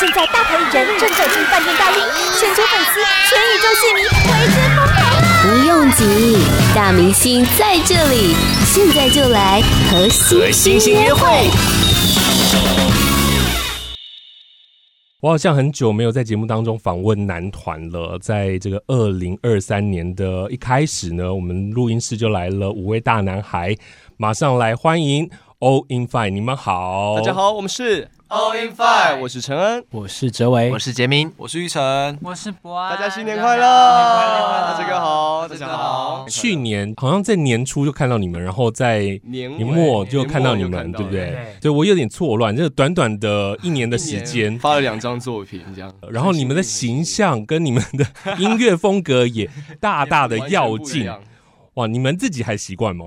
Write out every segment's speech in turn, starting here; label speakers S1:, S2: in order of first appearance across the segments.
S1: 现在大牌艺人正走进饭店大厅，全球粉丝、全宇宙戏迷为之疯狂啊！
S2: 不用急，大明星在这里，现在就来和
S3: 和星
S2: 星
S3: 星
S2: 星
S3: 约
S2: 约
S3: 会
S2: 会。。
S4: 我好像很久没有在节目当中访问男团了。在这个二零二三年的一开始呢，我们录音室就来了五位大男孩，马上来欢迎 All In Fine，你们好，
S5: 大家。好，我们是 All in Five，我是陈恩，
S6: 我是哲维
S3: 我，是杰明，
S7: 我是玉成，
S8: 我是博安，
S5: 大家新年快乐！
S8: 大
S5: 大
S8: 家
S5: 家好，大
S7: 真
S5: 家
S7: 的
S5: 好
S7: 好。
S4: 去年好像在年初就看到你们，然后在
S5: 年尾
S4: 年末就看到你
S5: 年
S4: 们，
S5: 末
S4: 对
S5: 就看到
S4: 不对
S8: 对？
S4: 所以我有点错乱，这短短的一年的
S5: 一
S4: 时
S5: 年
S4: 间，
S5: 发了两张作品，这样。
S4: 然后你们的形象跟你们的音乐风格也大大的要
S5: 完全不一
S4: 进
S5: 样。
S4: 哇！你们自己还习惯吗？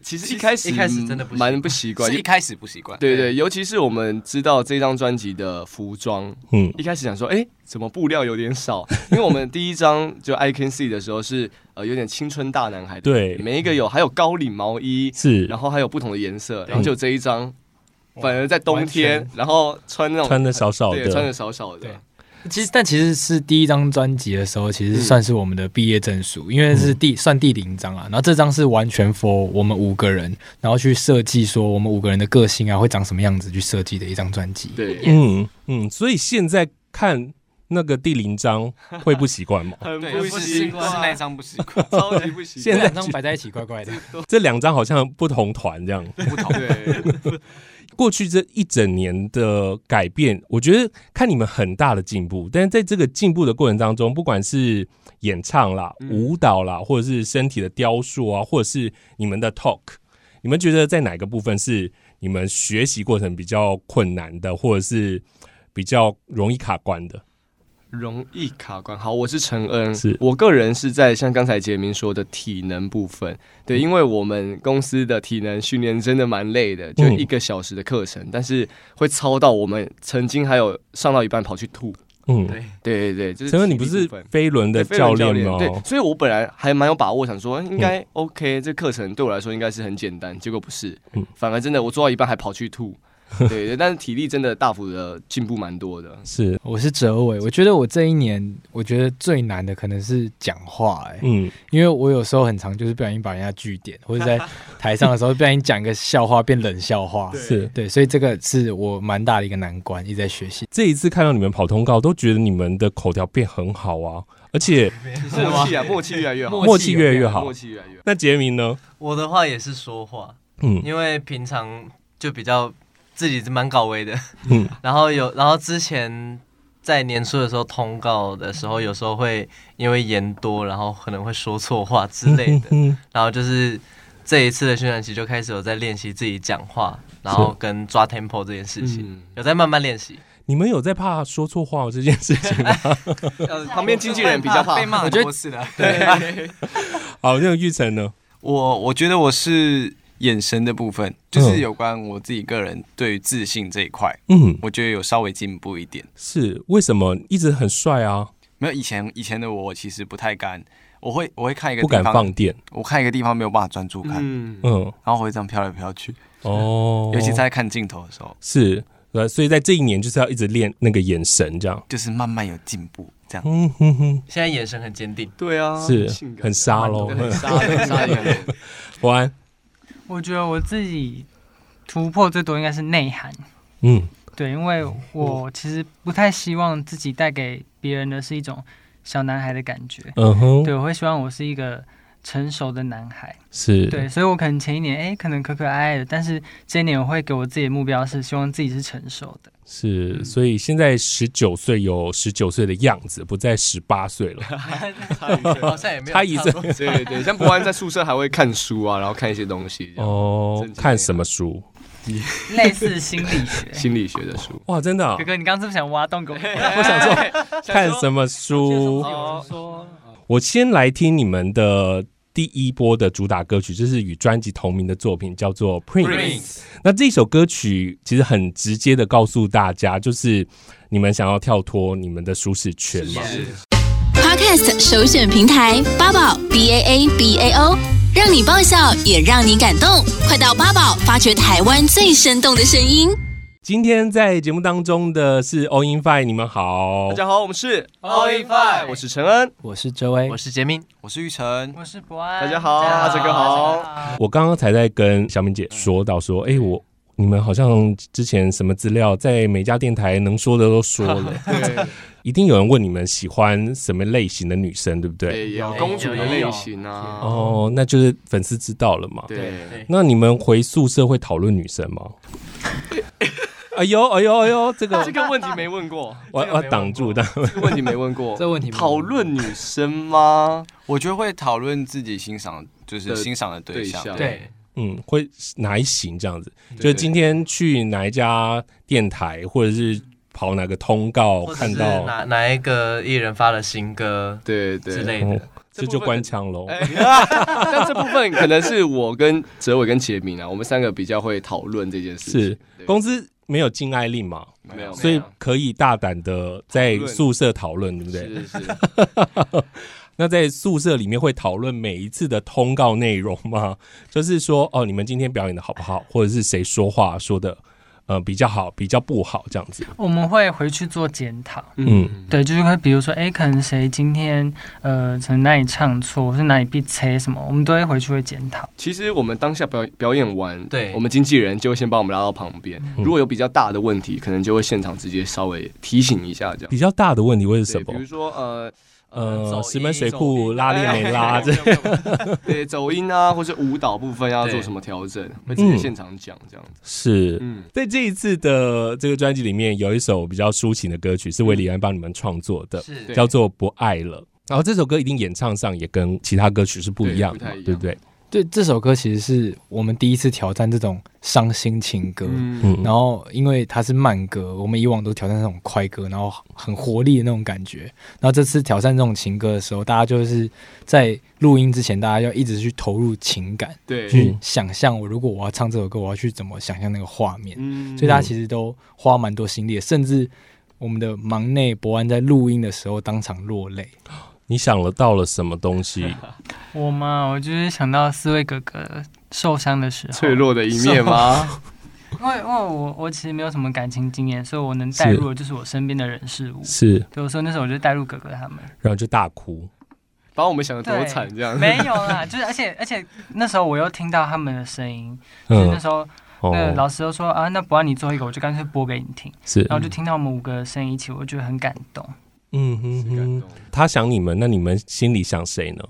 S5: 其实一开始
S7: 一开始真的不习惯
S5: 蛮不习惯
S7: 是，一开始不习惯，
S5: 对对，尤其是我们知道这张专辑的服装，
S4: 嗯，
S5: 一开始想说，哎，怎么布料有点少？因为我们第一张就 I Can See 的时候是呃有点青春大男孩的，
S4: 对
S5: 每一个有还有高领毛衣，
S4: 是
S5: 然后还有不同的颜色，然后就这一张。反而在冬天，然后穿那种
S4: 穿得少少的
S5: 哦对，穿的少少的，
S6: 其实但其实是第一张专辑的时候，其实算是我们的毕业证书，因为是第算第零张啊。然后这张是完全 for 我们五个人，然后去设计说我们五个人的个性啊会长什么样子去设计的一张专辑。
S5: 对，？
S4: 嗯嗯，所以现在看那个第零章会不习惯吗
S5: 很
S7: 对，
S5: 不
S7: 不
S5: 习
S7: 习惯，是那
S5: 惯，
S7: 一张不习惯，
S5: 超级不习
S4: 现
S5: 惯。
S6: 这
S4: 在
S6: 两张摆在一起怪怪的，
S4: 这两张好像不同团这样。
S7: 不同。
S5: 对，
S4: 过去这一整年的改变，我觉得看你们很大的进步，但是在这个进步的过程当中，不管是演唱啦、
S5: 嗯
S4: 舞蹈啦，或者是身体的雕塑啊，或者是你们的 talk，你们觉得在哪个部分是你们学习过程比较困难的，或者是比较容易卡关的？
S5: 容易卡关。好，我是陈恩，
S4: 是
S5: 我个人是在像刚才杰明说的体能部分，对，因为我们公司的体能训练真的蛮累的，就
S4: 嗯
S5: 一个小时的课程，但是会操到我们曾经还有上到一半跑去吐。
S4: 嗯，
S7: 对
S5: 对对对，就是
S4: 陈恩，你不
S5: 体力
S4: 是
S5: 部分
S4: 飞轮的
S5: 对飞轮
S4: 教
S5: 教
S4: 练吗？哦嗯
S5: 对，所以我本来还蛮有把握，想说应该 OK，、这课程对我来说应该是很简单，结果不是，
S4: 嗯
S5: 反而真的我做到一半还跑 去吐。对对，但是体力真的大幅的进步蛮多的。
S4: 是，
S6: 我是哲伟，我觉得我这一年我觉得最难的可能是讲话、欸，
S4: 嗯，
S6: 因为我有时候很常就是不小心把人家据点，或者在台上的时候不小心讲一个笑话变冷笑话，
S4: 是。
S6: 对，所以这个是我蛮大的一个难关，一直在学习。
S4: 这一次看到你们跑通告，都觉得你们的口条变很好啊，而且
S6: 的吗
S5: 默契啊，默契越来越好，
S4: 默契越来越好
S5: 默契越来越好。
S4: 那杰明呢？
S8: 我的话也是说话，
S4: 嗯
S8: 因为平常就比较自己是蛮搞威的，
S4: 嗯
S8: 然后有，然后之前在年初的时候通告的时候，有时候会因为言多，然后可能会说错话之类的，
S4: 嗯，
S8: 然后就是这一次的宣传期就开始有在练习自己讲话，然后跟抓 tempo 这件事情，
S5: 嗯，
S8: 有在慢慢练习。
S4: 你们有在怕说错话这件事情吗？
S5: 呃旁边经纪人比较怕
S7: 啊被，骂很多次了。对，
S4: 好，那个玉成呢？
S7: 我我觉得我是眼神的部分，就是有关我自己个人对于自信这一块，
S4: 嗯，
S7: 我觉得有稍微进步一点。
S4: 是为什么一直很帅啊，
S7: 没有以前以前的我，其实不太敢，我会我会看一个
S4: 不
S7: 地
S4: 敢
S7: 方，
S4: 放电。
S7: 我看一个地方没有办法专注看，
S5: 嗯，
S4: 嗯，
S7: 然后我会这样飘来飘去，
S4: 哦，
S7: 尤其在看镜头的时候，
S4: 是，呃，所以在这一年就是要一直练那个眼神，这样。
S7: 就是慢慢有进步这样。
S4: 嗯哼哼，
S8: 现在眼神很坚 定，
S5: 对啊，
S4: 是
S5: 性感
S4: 很杀
S5: 蛮
S4: 咯
S5: 多 的很杀很杀的感觉。
S4: 伯安，
S8: 我觉得我自己
S9: 突破最多应该是内涵，
S4: 嗯，
S9: 对，因为我其实不太希望自己带给别人的是一种小男孩的感觉，
S4: 嗯哼，
S9: 对我会希望我是一个成熟的男孩，
S4: 是，
S9: 对，所以我可能前一年哎可能可可爱爱的，但是这一年我会给我自己的目标是希望自己是成熟的，
S4: 是，所以现在十九岁有十九岁的样子，不再十八岁 了。
S8: 好像也没有
S4: 差一
S8: 差
S4: 岁
S8: 多
S5: 对对，像博安在宿舍还会看书啊，然后看一些东西，哦，
S4: 哦
S5: 正，经
S4: 看什么书？
S9: 类似心理学。
S5: 心理学的书。
S4: 哇，真的 啊、
S9: 可可，你刚刚是不是想挖洞给我？
S4: 我想说看什么书？
S9: 说
S4: 我先来听你们的第一波的主打歌曲，这是与专辑同名的作品，叫做《Prince》。那这首歌曲其实很直接的告诉大家，就是你们想要跳脱你们的舒适圈嘛。
S2: Podcast 首选平台八宝 B A A B A O，让你爆笑也让你感动。快到八宝发掘台湾最生动的声音。
S4: 今天在节目当中的是 All In Five，你们好
S5: 大，家好，我们是
S9: All in five
S5: 我是陈恩。
S6: 我是周威
S8: 我，是 杰明，
S7: 我是玉成，
S9: 我是博安，
S5: 大家好阿哲哥好
S4: 我刚刚才在跟小明姐说到说，哎、我你们好像之前什么资料在每家电台能说的都说了，
S5: 对，
S4: 一定有人问你们喜欢什么类型的女生，对不对？
S5: 也有公主的类型啊。
S4: 哦，那就是粉丝知道了嘛。
S5: 对，
S4: 那你们回宿舍会讨论女生吗？哎呦哎呦哎呦，这个
S5: 这个问题没问过，
S4: 我我挡住的。
S5: 这个问题没问过。
S6: 这问题没问过
S5: 讨论女生吗？
S7: 我觉得会讨论自己欣赏，就是
S5: 的
S7: 欣赏的对
S5: 对
S7: 象。
S5: 象
S6: 对
S4: 嗯，会哪一行这样子？就
S5: 对
S4: 是今天去哪一家电台，或者是跑哪个通告
S8: 或者
S4: 看
S8: 是
S4: 到，
S8: 哪哪一个艺人发了新歌
S5: 对对。
S8: 之类
S4: 哦
S8: 的，，
S4: 这就关枪喽。
S5: 哎， 但这部分可能是我跟哲伟跟杰明啊，我们三个比较会讨论这件事情。
S4: 是
S5: 对
S4: 公司没有禁爱令嘛，
S5: 没有，
S4: 所以可以大胆的在
S5: 讨论
S4: 宿舍讨论，对不对？
S5: 是是，
S4: 那在宿舍里面会讨论每一次的通告内容吗？ 就是说，哦，你们今天表演的好不好，或者是谁说话说的呃比较好，比较不好这样子。
S9: 我们会回去做检讨，
S4: 嗯
S9: 对，就是会比如说，哎，可能谁今天呃，可能哪里唱错，或是哪里被催什么，我们都会回去会检讨。
S5: 其实我们当下表表演完，
S8: 对
S5: 我们经纪人就会先把我们拉到旁边。
S4: 嗯
S5: 如果有比较大的问题，可能就会现场直接稍微提醒一下，这样
S4: 比。较大的问题会是
S5: 对
S4: 什么
S5: 比？如说呃
S4: 呃，
S5: 走
S4: 石门
S5: 音
S4: 水
S5: 走
S4: 库
S5: 音
S4: 拉链没拉，
S5: 哎
S4: 啊这
S5: 没有没有没有 对走音啊，或是舞蹈部分要
S8: 对
S5: 做什么调整，会直接现场讲这样子。
S4: 是。
S5: 嗯，
S4: 在这一次的这个专辑里面，有一首比较抒情的歌曲，是韦礼安帮你们创作的，
S8: 是
S5: 对
S4: 叫做《不爱了》。然后这首歌一定演唱上也跟其他歌曲是不一样的嘛，
S5: 对不太一样
S4: 对不对？
S6: 对这首歌其实是我们第一次挑战这种伤心情歌，
S5: 嗯，
S4: 嗯，
S6: 然后因为它是慢歌，我们以往都挑战那种快歌，然后很活力的那种感觉。然后这次挑战这种情歌的时候，大家就是在录音之前，大家要一直去投入情感，
S5: 对，
S6: 去想象我如果我要唱这首歌，我要去怎么想象那个画面。
S5: 嗯
S6: 所以大家其实都花蛮多心力的，甚至我们的忙内博安在录音的时候当场落泪。
S4: 你想了到了什么东西？
S9: 我嘛，我就是想到四位哥哥受伤的时候，
S5: 脆弱的一面吗？
S9: 因为因为我我其实没有什么感情经验，所以我能带入的就是我身边的人事物。
S4: 是，
S9: 对，我说那时候我就带入哥哥 他们，
S4: 然后就大哭。
S5: 把我们想的多
S9: 对
S5: 惨这样。
S9: 没有啦，就是而且而且那时候我又听到他们的声音，就是那
S4: 嗯，
S9: 时候那个
S4: 哦，
S9: 老师又说啊，那不然你做一个，我就干脆播给你听，
S4: 是，
S9: 然后就听到我们五个的声音一起，我就觉得很感动。
S4: 嗯哼
S5: 是感
S4: 哼，
S5: 动
S4: 他想你们，那你们心里想谁呢？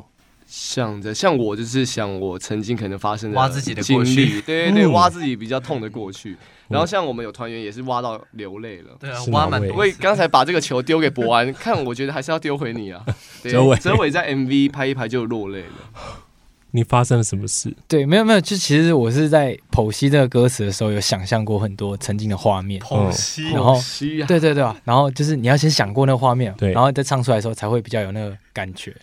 S5: 想着像我就是想我曾经可能发生的
S8: 挖自己的过去
S5: 经历，对对对，
S4: 嗯
S5: 挖自己比较痛的过去。然后像我们有团员也是挖到流泪了。
S8: 对啊
S4: 是，哪
S8: 挖蛮
S4: 位
S8: 多
S5: 我也
S8: 次
S5: 刚才把这个球丢给博安，看我觉得还是要丢回你啊。对
S4: 哲伟
S5: 哲伟在 MV 拍一拍就落泪了，
S4: 你发生了什么事？
S6: 对，没有没有，就其实我是在剖析这个歌词的时候，有想象过很多曾经的画面，
S4: 嗯，
S8: 析哦
S6: 然后
S5: 惜啊。
S6: 对对对、啊，然后就是你要先想过那个画面，
S4: 对
S6: 然后再唱出来的时候才会比较有那个感觉。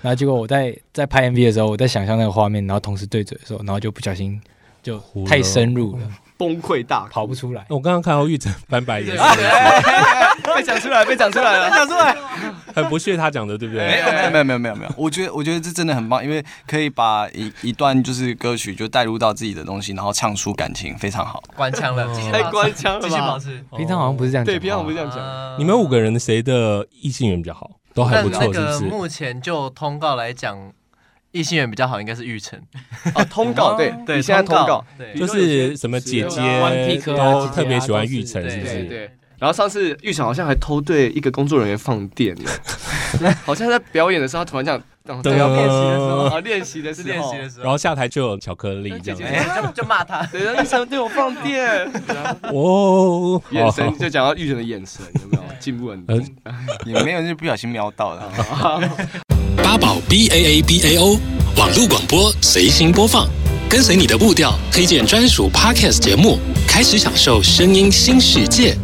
S6: 然后结果我在在拍 MV 的时候，我在想象那个画面，然后同时对嘴的时候，然后就不小心就
S4: 了
S6: 太深入了，
S5: 崩溃大哭，
S6: 跑不出来。
S4: 我刚刚看到玉成翻白眼，
S5: 被讲出来，被讲出来了，讲出来。
S4: 很不屑他讲的，对不
S7: 没
S4: 对？
S7: 有没有没有没有没有没有，我觉得我觉得这真的很棒，因为可以把一一段就是歌曲就带入到自己的东西，然后唱出感情，非常好。
S8: 关枪了，继续
S5: 太
S8: 保
S5: 官
S8: 持，
S5: 腔了
S8: 继续保
S5: 吧？
S8: 持。
S6: 平常好像不是这样讲
S5: 对，
S6: 话，
S5: 平常我们这样讲，
S8: 呃
S4: 你们五个人谁的异性缘比较好？都还
S8: 但
S4: 不
S8: 那
S4: 错，是
S8: 个
S4: 不是？
S8: 目前就通告来讲，异性缘比较好，应该是玉成。
S5: 啊，通告对，
S8: 对，
S5: 你现在通告，
S8: 对
S5: 比
S4: 就
S5: 如说有些
S4: 是什么
S5: 十
S4: 姐
S5: 六啊
S4: 姐
S6: One
S4: 都特别喜欢玉成，
S8: 都是
S4: 是不
S5: 对
S4: 是？
S5: 对。然后上次玉成好像还偷对一个工作人员放 电呢，好像在表演的时候，他突然这样，然后在要练习的时候，啊，练习的时
S8: 是
S5: 候，
S8: 练习的时
S4: 然
S8: 候，
S4: 后下台就有巧克力这样 子，
S8: 哎就就骂他。
S5: 对，然后玉成对我放电，
S4: 哦，
S5: 眼
S4: 好
S5: 神就讲到玉成的眼神，有没有进步很多
S4: 呃？
S7: 也没有就是不小心瞄到的。
S3: 八宝 B A A B A O 网络广播随心播放，跟随你的步调，推荐专属 Podcast 节目，开始享受声音新世界。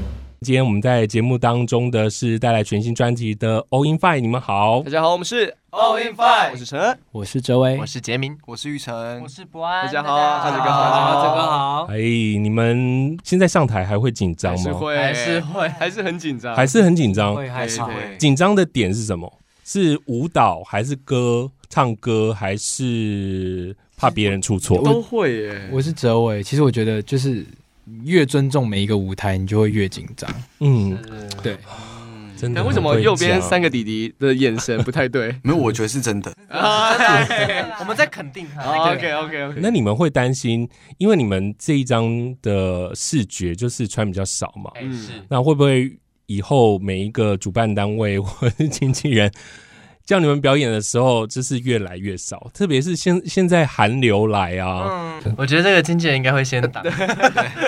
S4: 今天我们在节目当中的是带来全新专辑的《All In Five》，你们好
S5: 大，家好，我们是 All in Five，我是陈恩。
S6: 我是周威
S8: 我，是杰明，
S7: 我是玉成
S9: 我，是博安，
S5: 大家好大家好大家
S9: 好，
S4: 哎，你们现在上台还会紧张
S5: 还是
S4: 吗？
S5: 会，
S8: 还是会
S5: 还是很紧张，
S4: 还是很紧张，
S6: 会害
S5: 还是
S6: 怕。
S5: 会。
S4: 紧张的点是什么？是舞蹈还是歌？唱歌还是怕别人出错？
S5: 都会耶，
S6: 我是哲伟，其实我觉得就是越尊重每一个舞台，你就会越紧张。
S4: 嗯，
S6: 对，
S4: 真的
S5: 但
S4: 很会讲。
S5: 为什么右边三个弟弟的眼神不太对
S7: 没有，我觉得是真的。
S8: 我们在肯定他。
S5: 哦？OK OK OK，
S4: 那你们会担心，因为你们这一张的视觉就是穿比较少嘛，
S8: 哎是
S4: 那会不会以后每一个主办单位或者是经纪人叫你们表演的时候，就是越来越少？特别是现现在韩流来啊，
S8: 嗯，我觉得这个经纪人应该会先打。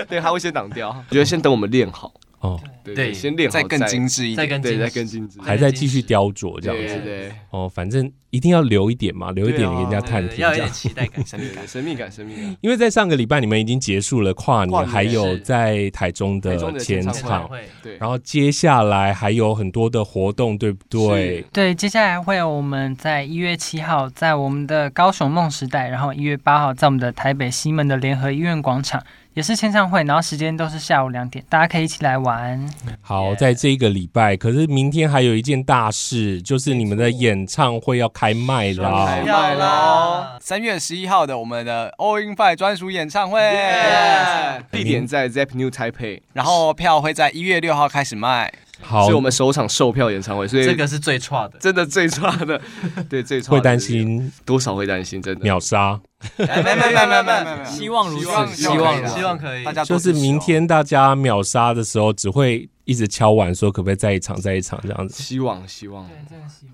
S5: 对，他会先挡掉。我觉得先等我们练好，
S4: 哦，
S5: 对，
S8: 对
S5: 对先练好，
S7: 再更精，致一
S8: 再
S7: 点，
S8: 跟
S5: 对，
S8: 进
S5: 再更精致。
S4: 还在继续雕琢这
S5: 对
S4: 样
S5: 对
S4: 子
S5: 对
S4: 哦，反正一定要留一点嘛，留一点
S5: 对啊
S4: 给人家
S8: 对
S4: 探听
S8: 要
S4: 这
S8: 有点
S4: 样。
S8: 期待感。
S7: 神秘感。
S5: 对，神秘感，神秘感。
S4: 因为在上个礼拜你们已经结束了跨
S5: 跨
S4: 年，
S5: 年
S4: 还有
S8: 是
S4: 在台中
S5: 台中
S4: 的
S5: 的
S4: 前
S5: 前场
S4: 场，
S8: 会
S5: 对，
S4: 然后接下来还有很多的活动，对不对？
S9: 对，接下来会有我们在一月七号在我们的高雄梦时代，然后一月八号在我们的台北西门的联合医院广场，也是签唱会，然后时间都是下午两点，大家可以一起来玩。
S4: 好，
S8: Yeah
S4: 在这一个礼拜，可是明天还有一件大事，就是你们的演唱会要开卖啦
S5: 开。
S8: 要啦，
S7: 三月十一号的我们的 All In Five 专属演唱会
S5: Yeah 哎地点在 Zep New Taipei，
S7: 然后票会在一月六号开始卖。
S4: 好
S5: 是，我们首场售票演唱会，所以
S8: 这个是最差的。
S5: 真的最差的， 对，最差的
S4: 会担心
S5: 多少会担心，真的。
S4: 秒杀，
S7: 没没没没没没没，
S6: 希望如此，
S7: 希
S6: 希
S7: 望
S6: 望
S7: 可以
S6: 如
S7: 啦
S6: 此
S8: 希。望可以
S7: 大。家多
S4: 就
S7: 支
S4: 是
S7: 持哦
S4: 明天大家秒杀的时候，只会一直敲碗说可不可以再一场再一场这样子。
S5: 希望，希望，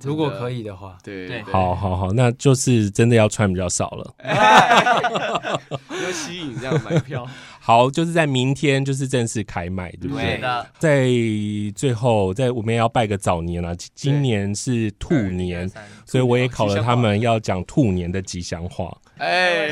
S6: 如果可以的话，
S5: 对
S8: 对
S4: 好，好好，那就是真的要穿比较少了。
S5: 要吸引这样买票。
S4: 好，就是在明天就是正式开卖，对不对？
S8: 对的，
S4: 在最后，在我们也要拜个早年啊，今今年是兔年，所以我也考了他们要讲兔年的吉祥话。
S5: 哎，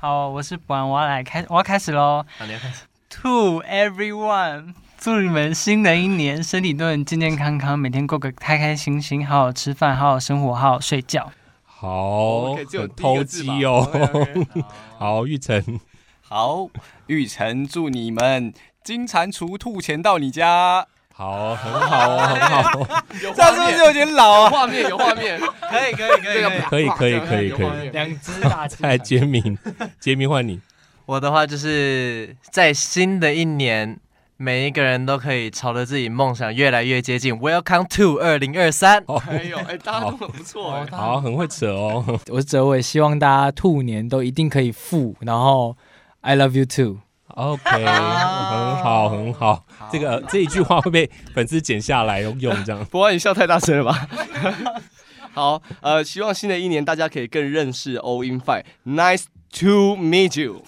S9: 好，我是不安，我要来开，我要开始喽。
S8: 好你要开始
S9: To everyone，祝你们新的一年身体都很健健康康，每天过个开开心心，好好吃饭，好好生活，好好睡觉。
S4: 好，
S5: OK，只有
S4: 很
S5: 第一
S4: 偷
S5: 个字吧
S4: 鸡哦。
S5: OK，OK
S4: 好，玉成，
S7: 好，玉成祝你们金蟾蜍吐钱到你家，
S4: 好，很好哦，很好 哦，
S5: 有
S7: 这样是
S5: 画
S7: 不
S5: 面
S7: 是有点老啊？
S5: 画面有画面，
S8: 可以可以可以可 以。
S4: 可以，可以，可以，可以。
S5: 以。
S6: 两只大鸡
S4: 再来杰明，杰明换你。
S8: 我的话就是在新的一年，每一个人都可以朝着自己梦想越来越接近。Welcome to 二零二三，
S4: 哦，
S5: 哎呦， 哎，大家都很不错哎。
S4: 好，很会扯哦。
S6: 我是哲伟，希望大家兔年都一定可以富，然后 I love you too。
S4: OK，很好，很好。这个这一句话会被粉丝剪下来用这样。
S5: 博安，你笑太大声了吧？ 好，呃，希望新的一年大家可以更认识 All In Five。Nice to meet you。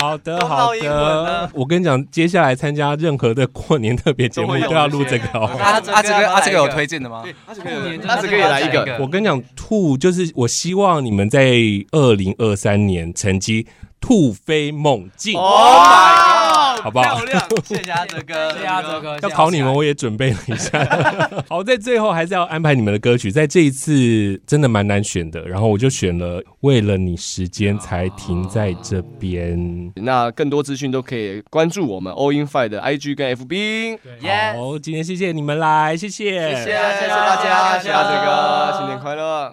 S4: 好的，好的。我跟你讲，接下来参加任何 的过年特别节目
S5: 都会有
S4: 都要录这个 哦。
S7: 啊，啊这
S8: 要来
S7: 个
S8: 一个
S7: 啊，这个有推荐的吗？
S5: 阿哲可以，阿哲可以来一啊个。
S4: 我跟你讲，兔就是我希望你们在二零二三年成绩突飞猛进，
S5: Oh my god！
S4: 好不好
S5: 漂亮，
S8: 谢谢阿哲 哥，谢谢阿哲哥。
S4: 要考你们，我也准备了一 下。好，在最后还是要安排你们的歌曲，在这一次真的蛮难选的，然后我就选了《为了你》，时间才停在这边。
S5: 那更多资讯都可以关注我们 All In Five 的 IG 跟 FB。
S8: 耶，
S4: 好，今天谢谢你们来，谢谢，
S8: 谢谢谢谢
S5: 大
S8: 大
S5: 家，
S8: 家，
S5: 谢谢大家，新年快乐！